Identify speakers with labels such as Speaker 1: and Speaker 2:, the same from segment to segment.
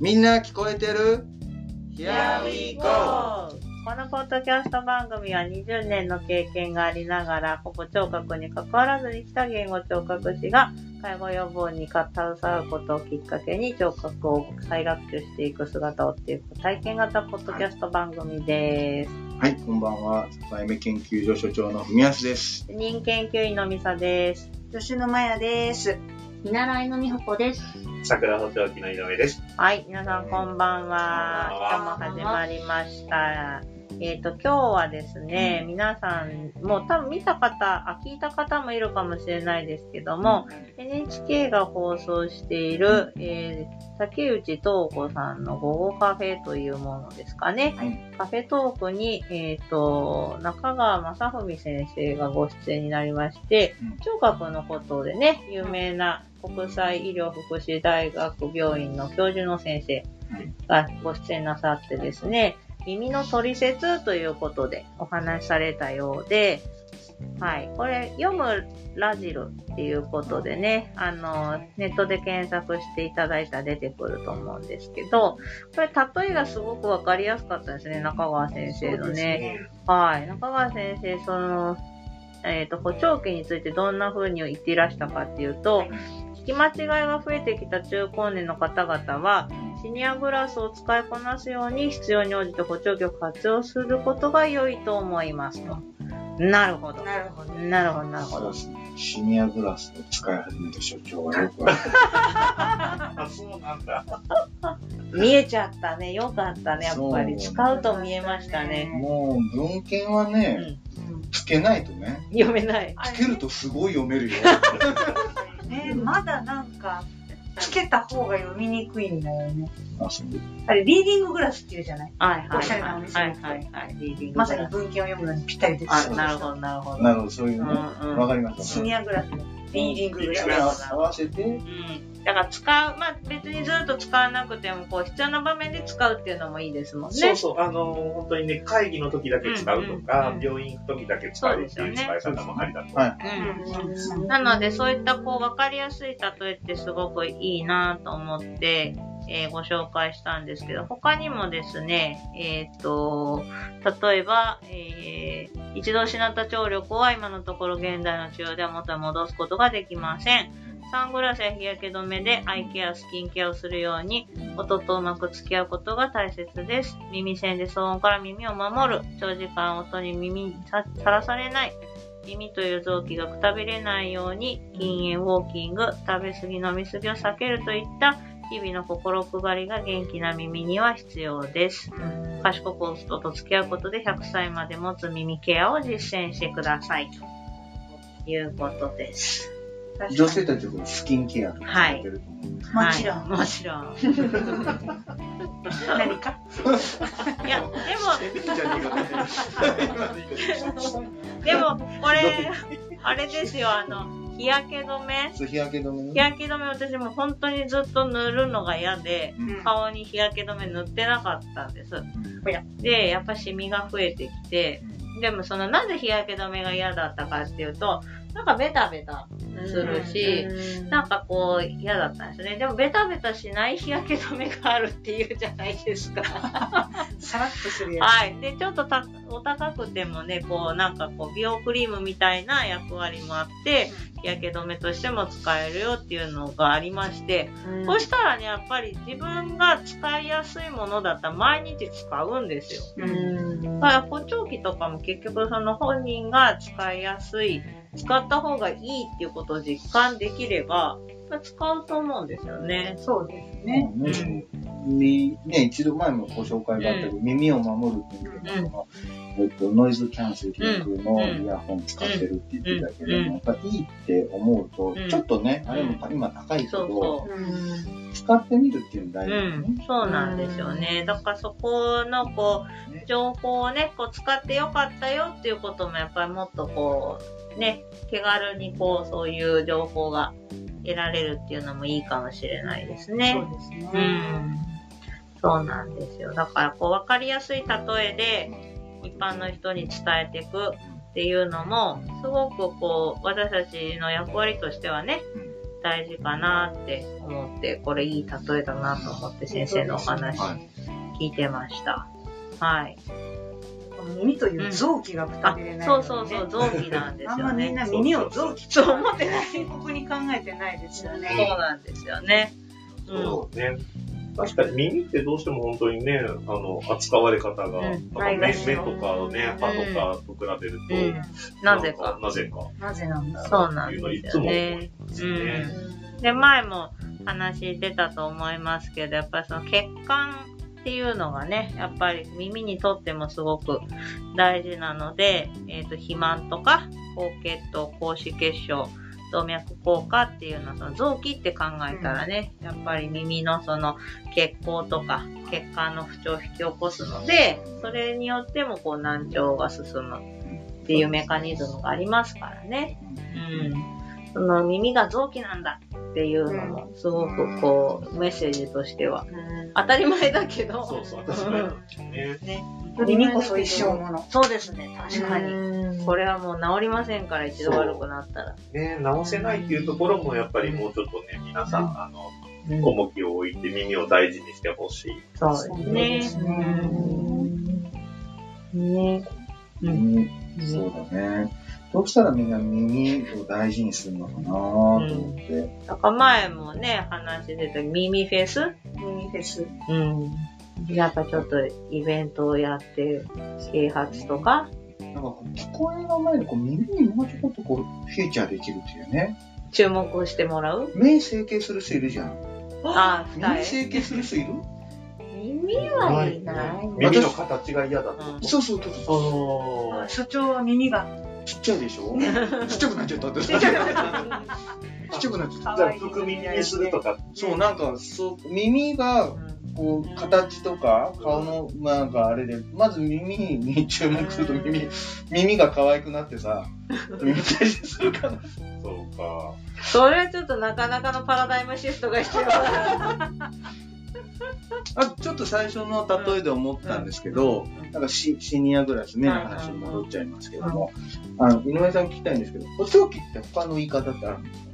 Speaker 1: みんな聞こえてる
Speaker 2: Here we go! このポッドキャスト番組は20年の経験がありながら、ほぼ聴覚に関わらずに来た言語聴覚士が、介護予防に携わることをきっかけに聴覚を再学習していく姿をっていう体験型ポッドキャスト番組です。
Speaker 1: はい、こんばんは。境目研究所所長の文康です。
Speaker 2: 人研究員のミサです。
Speaker 3: 吉野真也です。
Speaker 4: 見習いのみほこです。
Speaker 5: 桜補聴器の井上です。
Speaker 2: はい、皆さんこんばんは。今
Speaker 4: こんばんは
Speaker 2: 日も始まりました。えっ、と、今日はですね、皆さん、もう多分見た方、あ、聞いた方もいるかもしれないですけども、NHK が放送している、えー竹内東子さんの午後カフェというものですかね。
Speaker 1: はい
Speaker 2: カフェトークに、えっ、と、中川正文先生がご出演になりまして、
Speaker 1: うん
Speaker 2: 聴覚のことでね、有名な国際医療福祉大学病院の教授の先生がご出演なさってですね、耳のトリセツということでお話しされたようで、はい、これ読むラジルっていうことでね、あの、ネットで検索していただいたら出てくると思うんですけど、これ例えがすごくわかりやすかったですね、中川先生のね。はい。中川先生、その、えっ、と、補聴器についてどんな風に言っていらしたかっていうと、聞き間違いが増えてきた中高年の方々は、シニアグラスを使いこなすように必要に応じて補聴器を活用することが良いと思いますと。なるほど。
Speaker 3: なるほど。
Speaker 2: なるほど、なるほ
Speaker 1: そう
Speaker 2: ど
Speaker 1: で。すね。シニアグラスを使い始めた所長はよくわかる。
Speaker 5: あ、そうなんだ。
Speaker 2: 見えちゃったね。よかったね。やっぱり。
Speaker 1: そう
Speaker 2: 使うと見えましたね。
Speaker 1: もう文献は
Speaker 2: う
Speaker 1: ね、
Speaker 2: ん。
Speaker 1: つけないとね、
Speaker 2: 読めない。
Speaker 1: つけるとすごい読めるよ。
Speaker 3: ね、まだなんか、つけた方が読みにくいんだよね。
Speaker 1: あそう
Speaker 3: あれ、リーディンググラスっていうじゃない
Speaker 2: はいはいは
Speaker 3: お
Speaker 2: い
Speaker 3: しゃれなお店
Speaker 2: はいはいはい。リーディング
Speaker 3: まさに文献を読むのにぴったりです。
Speaker 2: あ、なるほど、なるほど。
Speaker 1: なるほど、そういうね。
Speaker 2: うんう
Speaker 1: わ
Speaker 2: ん
Speaker 1: かりました。
Speaker 3: シニアグラスね。リーディンググ
Speaker 1: それ
Speaker 3: ラ
Speaker 1: を
Speaker 3: ス。
Speaker 1: 合わせて、
Speaker 2: うんだから使う、まあ別にずっと使わなくても、こう必要な場面で使うっていうのもいいですもんね。
Speaker 5: そうそう、あのー、本当にね、会議の時だけ使うとか、
Speaker 2: うんうん
Speaker 5: 病院行く時だけ使うっていう使い方もありだと思う。
Speaker 1: はい
Speaker 3: うん
Speaker 2: なので、そういったこう、わかりやすい例えってすごくいいなと思って、えーご紹介したんですけど、他にもですね、えーっと、例えば、えー一度失った聴力は今のところ現代の治療では元に戻すことができません。サングラスや日焼け止めでアイケア、スキンケアをするように、音とうまく付き合うことが大切です。耳栓で騒音から耳を守る。長時間音に耳にささらされない。耳という臓器がくたびれないように禁煙ウォーキング食べ過ぎ飲み過ぎを避けるといった日々の心配りが元気な耳には必要です賢く人と付き合うことで100歳まで持つ耳ケアを実践してくださいということです
Speaker 1: 女性たちはスキンケアとかされてると思うんです
Speaker 3: もちろん
Speaker 2: はいもちろ ん
Speaker 3: 何か
Speaker 2: いや
Speaker 1: けど。じゃねえかな今の言い方
Speaker 2: でも でもこれあれですよあの日焼け止め
Speaker 1: そう日焼け止め
Speaker 2: 日
Speaker 1: ね。
Speaker 2: 焼け止め私も本当にずっと塗るのが嫌で
Speaker 3: うん
Speaker 2: 顔に日焼け止め塗ってなかったんです。で、やっぱシミが増えてきて、でもそのなぜ日焼け止めが嫌だったかっていうと、なんかベタベタするし、なんかこう嫌だったんですね。でもベタベタしない日焼け止めがあるっていうじゃないです か。
Speaker 3: さらっとするや
Speaker 2: はい。で、ちょっとたお高くてもね、こうなんかこう美容クリームみたいな役割もあって、日焼け止めとしても使えるよっていうのがありまして、
Speaker 3: つ。
Speaker 2: そしたらね、やっぱり自分が使いやすいものだったら毎日使うんですよ。
Speaker 3: うん
Speaker 2: だから補聴器とかも結局その本人が使いやすい、使った方がいいっていうことを実感できれば、使うと思うんですよね。
Speaker 3: そうですね。
Speaker 1: ねみね、一度前もご紹介があったけど、耳を守るっていうのはその、えっと、ノイズキャンセリングのイヤホン使ってるって言ってたけど
Speaker 2: うん
Speaker 1: も、やっぱいいって思うと
Speaker 2: う、ん
Speaker 1: ちょっとね、
Speaker 2: ん
Speaker 1: あれも今高いけ
Speaker 2: そう
Speaker 1: ど、
Speaker 2: そう。
Speaker 1: 使ってみるっていうの大事
Speaker 2: う
Speaker 1: だよね。
Speaker 2: ん、そうなんですよね。だからそこのこう、情報をね、こう使ってよかったよっていうこともやっぱりもっとこう、ね、手軽にこう、そういう情報が得られるっていうのもいいかもしれないですね。
Speaker 3: そうです
Speaker 2: う
Speaker 3: ね。
Speaker 2: んそうなんですよ。だから、こう、わかりやすい例えで、一般の人に伝えていくっていうのも、すごくこう、私たちの役割としてはね、大事かなって思って、これいい例えだなと思って先生のお話
Speaker 1: はい
Speaker 2: 聞いてました。はい。
Speaker 3: 耳という臓器がくた
Speaker 2: あ
Speaker 3: びれない、、
Speaker 2: そうそうそう、臓器なんですよ
Speaker 3: あん
Speaker 2: ね。
Speaker 3: まみんな耳を臓器と思ってない。深刻に考えてないですよ
Speaker 2: そう
Speaker 3: ね。
Speaker 2: なんですよね。うん。
Speaker 5: そうね。確かに耳ってどうしても本当にね、あの、扱われ方が、
Speaker 2: ん
Speaker 5: なんか
Speaker 2: ないら
Speaker 5: 目目
Speaker 2: しいよ
Speaker 5: とかね、歯とかと比べると、
Speaker 2: うんなぜか。
Speaker 5: なぜか。
Speaker 3: なぜなんだろ
Speaker 2: そうなんですよね。うん
Speaker 5: ね。
Speaker 3: う。
Speaker 2: で、前も話出たと思いますけど、やっぱりその血管っていうのがね、やっぱり耳にとってもすごく大事なので、えっ、と、肥満とか、高血糖、高脂血症、動脈硬化っていうのは、その臓器って考えたらね、やっぱり耳のその血行とか、血管の不調を引き起こすので、それによってもこう難聴が進むっていうメカニズムがありますからね。うん、その耳が臓器なんだっていうのもすごくこうメッセージとしては
Speaker 3: うん
Speaker 2: 当たり前だけど
Speaker 5: そうそう、私も
Speaker 2: うん
Speaker 5: ね。
Speaker 3: 耳こそ一生もの。
Speaker 2: そうですね確かに、
Speaker 3: に
Speaker 2: こ
Speaker 3: れ。
Speaker 2: れはもう治りませんから一度悪くなったら
Speaker 5: ね、直せないっていうところも、やっぱりもうちょっとね、皆さん、あの、
Speaker 2: うん
Speaker 5: 重きを置いて耳を大事にしてほしい。
Speaker 2: そうですねねう
Speaker 1: 耳そうだね。どうしたらみんな耳を大事にするのかなと思って。
Speaker 2: だから前もね話してた耳フェス、
Speaker 3: 耳フェス。
Speaker 2: うん、やっぱちょっとイベントをやって啓発とか
Speaker 1: なんかこう聞こえの前にこう耳にもうちょこっとこうフィーチャーできるっていうね。
Speaker 2: 注目をしてもらう
Speaker 1: 目整形する人いるじゃん。
Speaker 2: ああ二
Speaker 1: 耳
Speaker 2: 重
Speaker 1: 整形する人いる
Speaker 2: 耳はいないね
Speaker 5: 耳の形が嫌だと。
Speaker 2: うん
Speaker 1: そうそうそうそう。
Speaker 5: あ
Speaker 3: 所長は耳が。
Speaker 1: ちっちゃいでし ょちっちゃくなっちゃ ったって。ちっちゃくなっちゃった。
Speaker 5: じゃあ、福耳にするとか、
Speaker 1: そう、なんか、そう、耳が、こう、形とか、顔の、まあなんかあれで、まず耳に注目すると耳、耳が可愛くなって さ、耳大事にするかな。
Speaker 5: そうか。
Speaker 2: それはちょっとなかなかのパラダイムシフトが 必要だ。
Speaker 1: あちょっと最初の例えで思ったんですけど、なんかシシニアグラスね、
Speaker 2: うん
Speaker 1: 話に戻っちゃいますけども、あの、井上さん聞きたいんですけど、補聴器って他の言い方ってあるんですか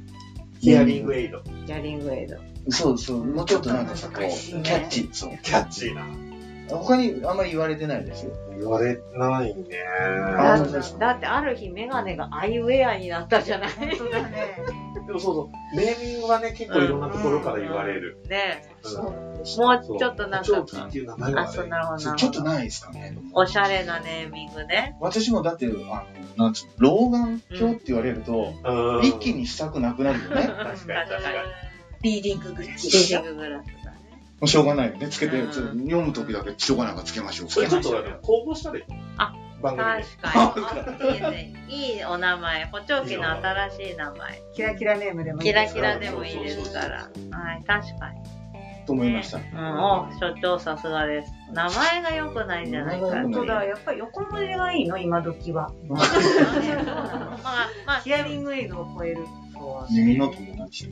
Speaker 5: ヒアリングエイド。
Speaker 2: ギャリングエイド。
Speaker 1: そうそう、もうちょっとなんかさ、こう、
Speaker 3: 難
Speaker 1: キ
Speaker 3: しい
Speaker 1: ャ
Speaker 3: ね
Speaker 1: ッチ、そう。
Speaker 5: キャッチーな。
Speaker 1: 他にあんまり言われてないですよ。
Speaker 5: 言われないね。
Speaker 1: あ
Speaker 2: だ
Speaker 1: そうです
Speaker 2: だってある日メガネがアイウェアになったじゃない。
Speaker 3: 本当だね。
Speaker 5: でもそうそう、ネーミングはね、結構いろんなところから言われる。
Speaker 2: ね
Speaker 3: そうですね。
Speaker 2: もうちょっとなん
Speaker 5: 補
Speaker 2: か
Speaker 5: 聴器っていう名前が
Speaker 2: あ、
Speaker 5: あ
Speaker 2: そう
Speaker 5: る。
Speaker 2: なるほど
Speaker 1: そ
Speaker 2: な
Speaker 1: う
Speaker 2: る
Speaker 1: ちょ
Speaker 2: ほ
Speaker 1: っと
Speaker 2: ど。
Speaker 1: ないですかね。
Speaker 2: おしゃれなネーミングね。
Speaker 1: 私もだって、あの、なんつうの、老眼鏡って言われると、
Speaker 5: うん
Speaker 1: 一気。にしたくなくなるよね。も
Speaker 5: 確かに確かに。
Speaker 3: リーディンググラ
Speaker 2: リ
Speaker 3: ス。
Speaker 2: ーディンググラスだね。
Speaker 1: うしょうがないよね。つけて、
Speaker 2: うん
Speaker 1: ちょっと読むときだけしょうがなんかつけましょう。
Speaker 5: それちょっとだね、公募したらいい
Speaker 2: あ、
Speaker 5: 番組で。
Speaker 2: 確かに。いいねいいお名前。補聴器の新しい名前。
Speaker 3: キラキラネームでも いい
Speaker 2: キ
Speaker 3: で
Speaker 2: ラ
Speaker 3: す
Speaker 2: キラでもいいですから。はい、確かに。
Speaker 1: と思いました。
Speaker 2: うん、お、所長さすがです。名前が良くないんじゃないかっていう。
Speaker 3: 本当だ、やっぱり横文字がいいの、今時は。
Speaker 2: まあ、まあ、
Speaker 3: ヒアリングエイドを超える人は。
Speaker 1: 耳の友達。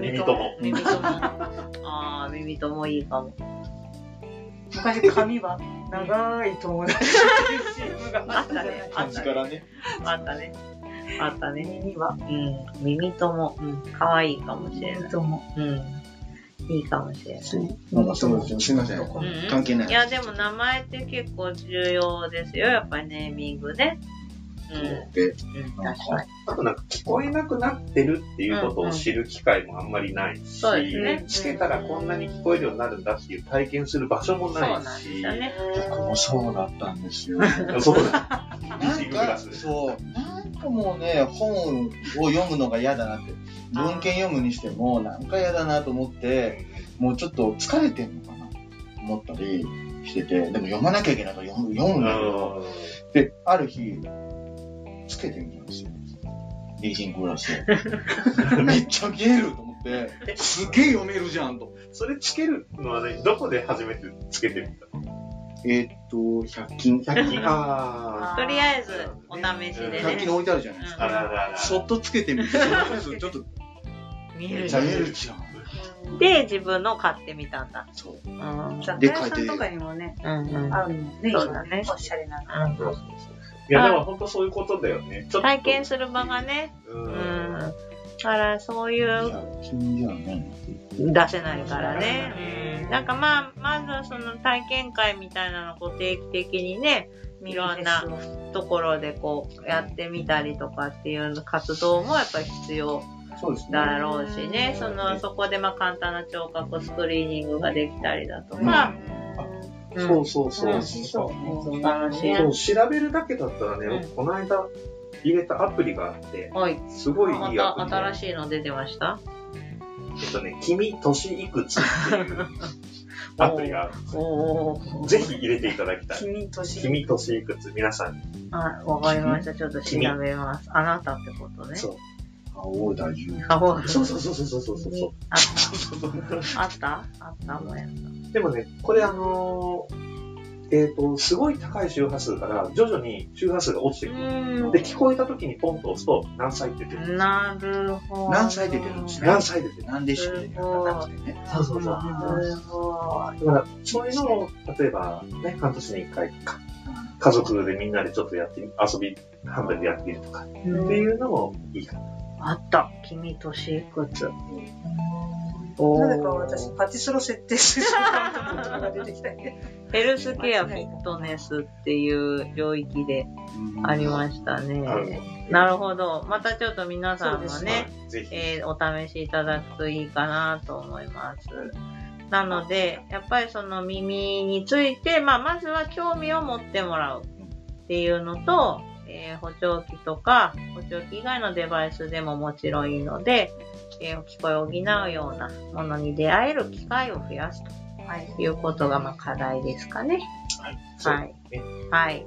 Speaker 5: 耳とも。
Speaker 2: 耳とも。ああ、耳ともいいかも。
Speaker 3: 昔髪は長い友達っていう CM が
Speaker 2: あ
Speaker 3: あっ
Speaker 2: った
Speaker 3: た
Speaker 2: ね
Speaker 3: ね。。
Speaker 2: あ
Speaker 1: 感
Speaker 2: っ
Speaker 1: じ
Speaker 2: た
Speaker 1: か
Speaker 2: ね。
Speaker 1: らね。
Speaker 2: あったね。あったね。
Speaker 3: 耳は
Speaker 2: うん。耳とも。うん。可愛いかもしれ
Speaker 3: いい
Speaker 2: ない。
Speaker 3: と思
Speaker 2: うん。いいかもしれない。
Speaker 1: なんかそうですよ。すいません。
Speaker 2: うんうん
Speaker 1: 関係ない。
Speaker 2: いや、でも名前って結構重要ですよ。やっぱりネーミングね。う
Speaker 1: で、
Speaker 2: ん。うん、確かに。
Speaker 5: あとなんか聞こえなくなってるっていうことを知る機会もあんまりないし、
Speaker 2: そうですね
Speaker 5: してたらこんなに聞こえるようになるんだっていう体験する場所も
Speaker 2: そう
Speaker 5: ない
Speaker 2: なんです
Speaker 5: し
Speaker 2: よ、ね。
Speaker 1: 僕もそうだったんですよ。
Speaker 5: そうだ。
Speaker 1: な
Speaker 5: リ
Speaker 1: ん
Speaker 5: グラ
Speaker 1: か、
Speaker 5: ス
Speaker 1: そう、なんかもうね、本を読むのが嫌だなって、文献読むにしても、なんか嫌だなと思って、もうちょっと疲れてんのかな、思ったりしてて、でも読まなきゃいけないから読む、読むんだけど、で、ある日、つけてみたんですよ。リージンググラス を。めっちゃゲールと思って、すげえ読めるじゃんと。
Speaker 5: それつけるのはね、どこで初めてつけてみたの
Speaker 1: えーっと、100均。100
Speaker 5: あ
Speaker 2: とりあえず、お試しで
Speaker 5: うん百
Speaker 1: 均に
Speaker 2: ね。
Speaker 1: 置いてあるじゃないです
Speaker 5: あらららら。
Speaker 1: か。そっとつけてみて、とりあえずちょっと、
Speaker 2: 見
Speaker 1: め
Speaker 2: る
Speaker 1: っちゃ見えるじゃん。
Speaker 3: う。
Speaker 2: で、自分の買ってみたんだ。
Speaker 1: そう。
Speaker 2: うん。うん
Speaker 3: 雑
Speaker 1: で
Speaker 3: 貨屋さんとかにもね、
Speaker 2: うん。
Speaker 3: 合うのね、
Speaker 2: そうだね
Speaker 3: おしゃれな。
Speaker 5: そうそうそういや、でも本当そういうことだよね。ちょっと
Speaker 2: 体験する場がね、
Speaker 5: う。
Speaker 2: うんん、からそういう
Speaker 1: 君じゃないの
Speaker 2: 出せないからね。うん、なんかまあ、まずその体験会みたいなのをこう定期的にね、いろんなところでこうやってみたりとかっていう活動もやっぱり必要
Speaker 1: そうですね。
Speaker 2: だろうしね、その、そこでまあ簡単な聴覚スクリーニングができたりだとか、うん
Speaker 5: そうそうそう。
Speaker 2: そうね素晴らしい。
Speaker 5: そう調べるだけだったらね、
Speaker 2: うん
Speaker 5: この間入れたアプリがあって、
Speaker 2: はい。
Speaker 5: すごいいい
Speaker 2: ま
Speaker 5: アプリ。
Speaker 2: た新しいの出てました
Speaker 5: えっとね、君、年いくつって いうアプリがあるんですよ
Speaker 2: おお。
Speaker 5: ぜひ入れていただきたい。
Speaker 3: 君とし。
Speaker 5: 君、年いくつ皆さんに。
Speaker 2: あ、わかりました。ちょっと調べます。あなたってことね。
Speaker 5: そう。
Speaker 1: 青田純
Speaker 2: あ、ほら
Speaker 5: そうそうそうそうそうそうそう。
Speaker 2: あった。あったあったもんやっ
Speaker 5: でもね、これあのーえっ、と、すごい高い周波数から徐々に周波数が落ちて
Speaker 2: た。
Speaker 5: くる。で、
Speaker 2: う
Speaker 5: 聞こえた時にポンと押すと何歳って出てる。
Speaker 2: ん。なるほど。
Speaker 1: 何歳で出るんですか
Speaker 5: 何歳で出てる。
Speaker 1: なんでしょうね。なくてね。
Speaker 5: そうそうそう。
Speaker 2: なるほ
Speaker 5: だから、そういうのを、例えば、ね、半年に一回か、家族でみんなでちょっとやってみ、遊び、半分でやってみるとか、って
Speaker 2: ど。
Speaker 5: いうのもいいかな。
Speaker 2: あった。君としいくつ。お
Speaker 3: なぜか私、パチスロ設定することが出てきたけど。
Speaker 2: ヘルスケア、フィットネスっていう領域でありましたね。なるほど。またちょっと皆さんも
Speaker 3: そう
Speaker 2: ね、
Speaker 5: はい。ぜひ。
Speaker 2: えーお試しいただくといいかなと思います。なので、やっぱりその耳について、まあ、まずは興味を持ってもらうっていうのと、えー補聴器とか、補聴器以外のデバイスでももちろんいいので、えー聞こえを補うようなものに出会える機会を増やす
Speaker 3: はい。
Speaker 2: ということが、まあ、課題ですかね。
Speaker 5: そう
Speaker 2: はい。はい。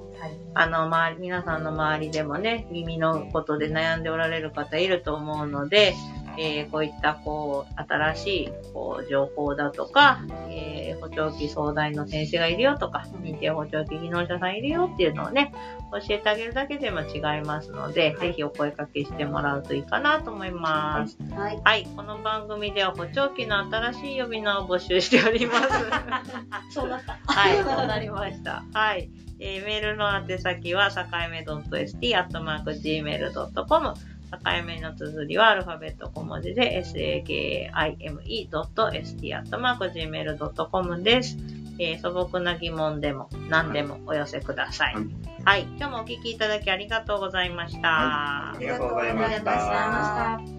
Speaker 2: あの、ま皆さんの周りでもね、耳のことで悩んでおられる方いると思うので、えーこういった、こう、新しい、こう、情報だとか、えー補聴器相談員の先生がいるよとか、認定補聴器技能者さんいるよっていうのをね、教えてあげるだけでも違いますので、ぜひお声掛けしてもらうといいかなと思います。
Speaker 4: はい。
Speaker 2: はい、この番組では補聴器の新しい呼び名を募集しております。
Speaker 4: そうだった。
Speaker 2: はい、そうなりました。はい。えーメールの宛先は、境目 .st.gmail.com。境目の綴りはアルファベット小文字で、sakime.st.gmail.com です。えー素朴な疑問でも何でもお寄せください。
Speaker 1: は
Speaker 2: はいい。今日もお聞きいただきありがとうございました。
Speaker 1: は
Speaker 5: ありがとうございまし。
Speaker 4: ありがとうございましたた。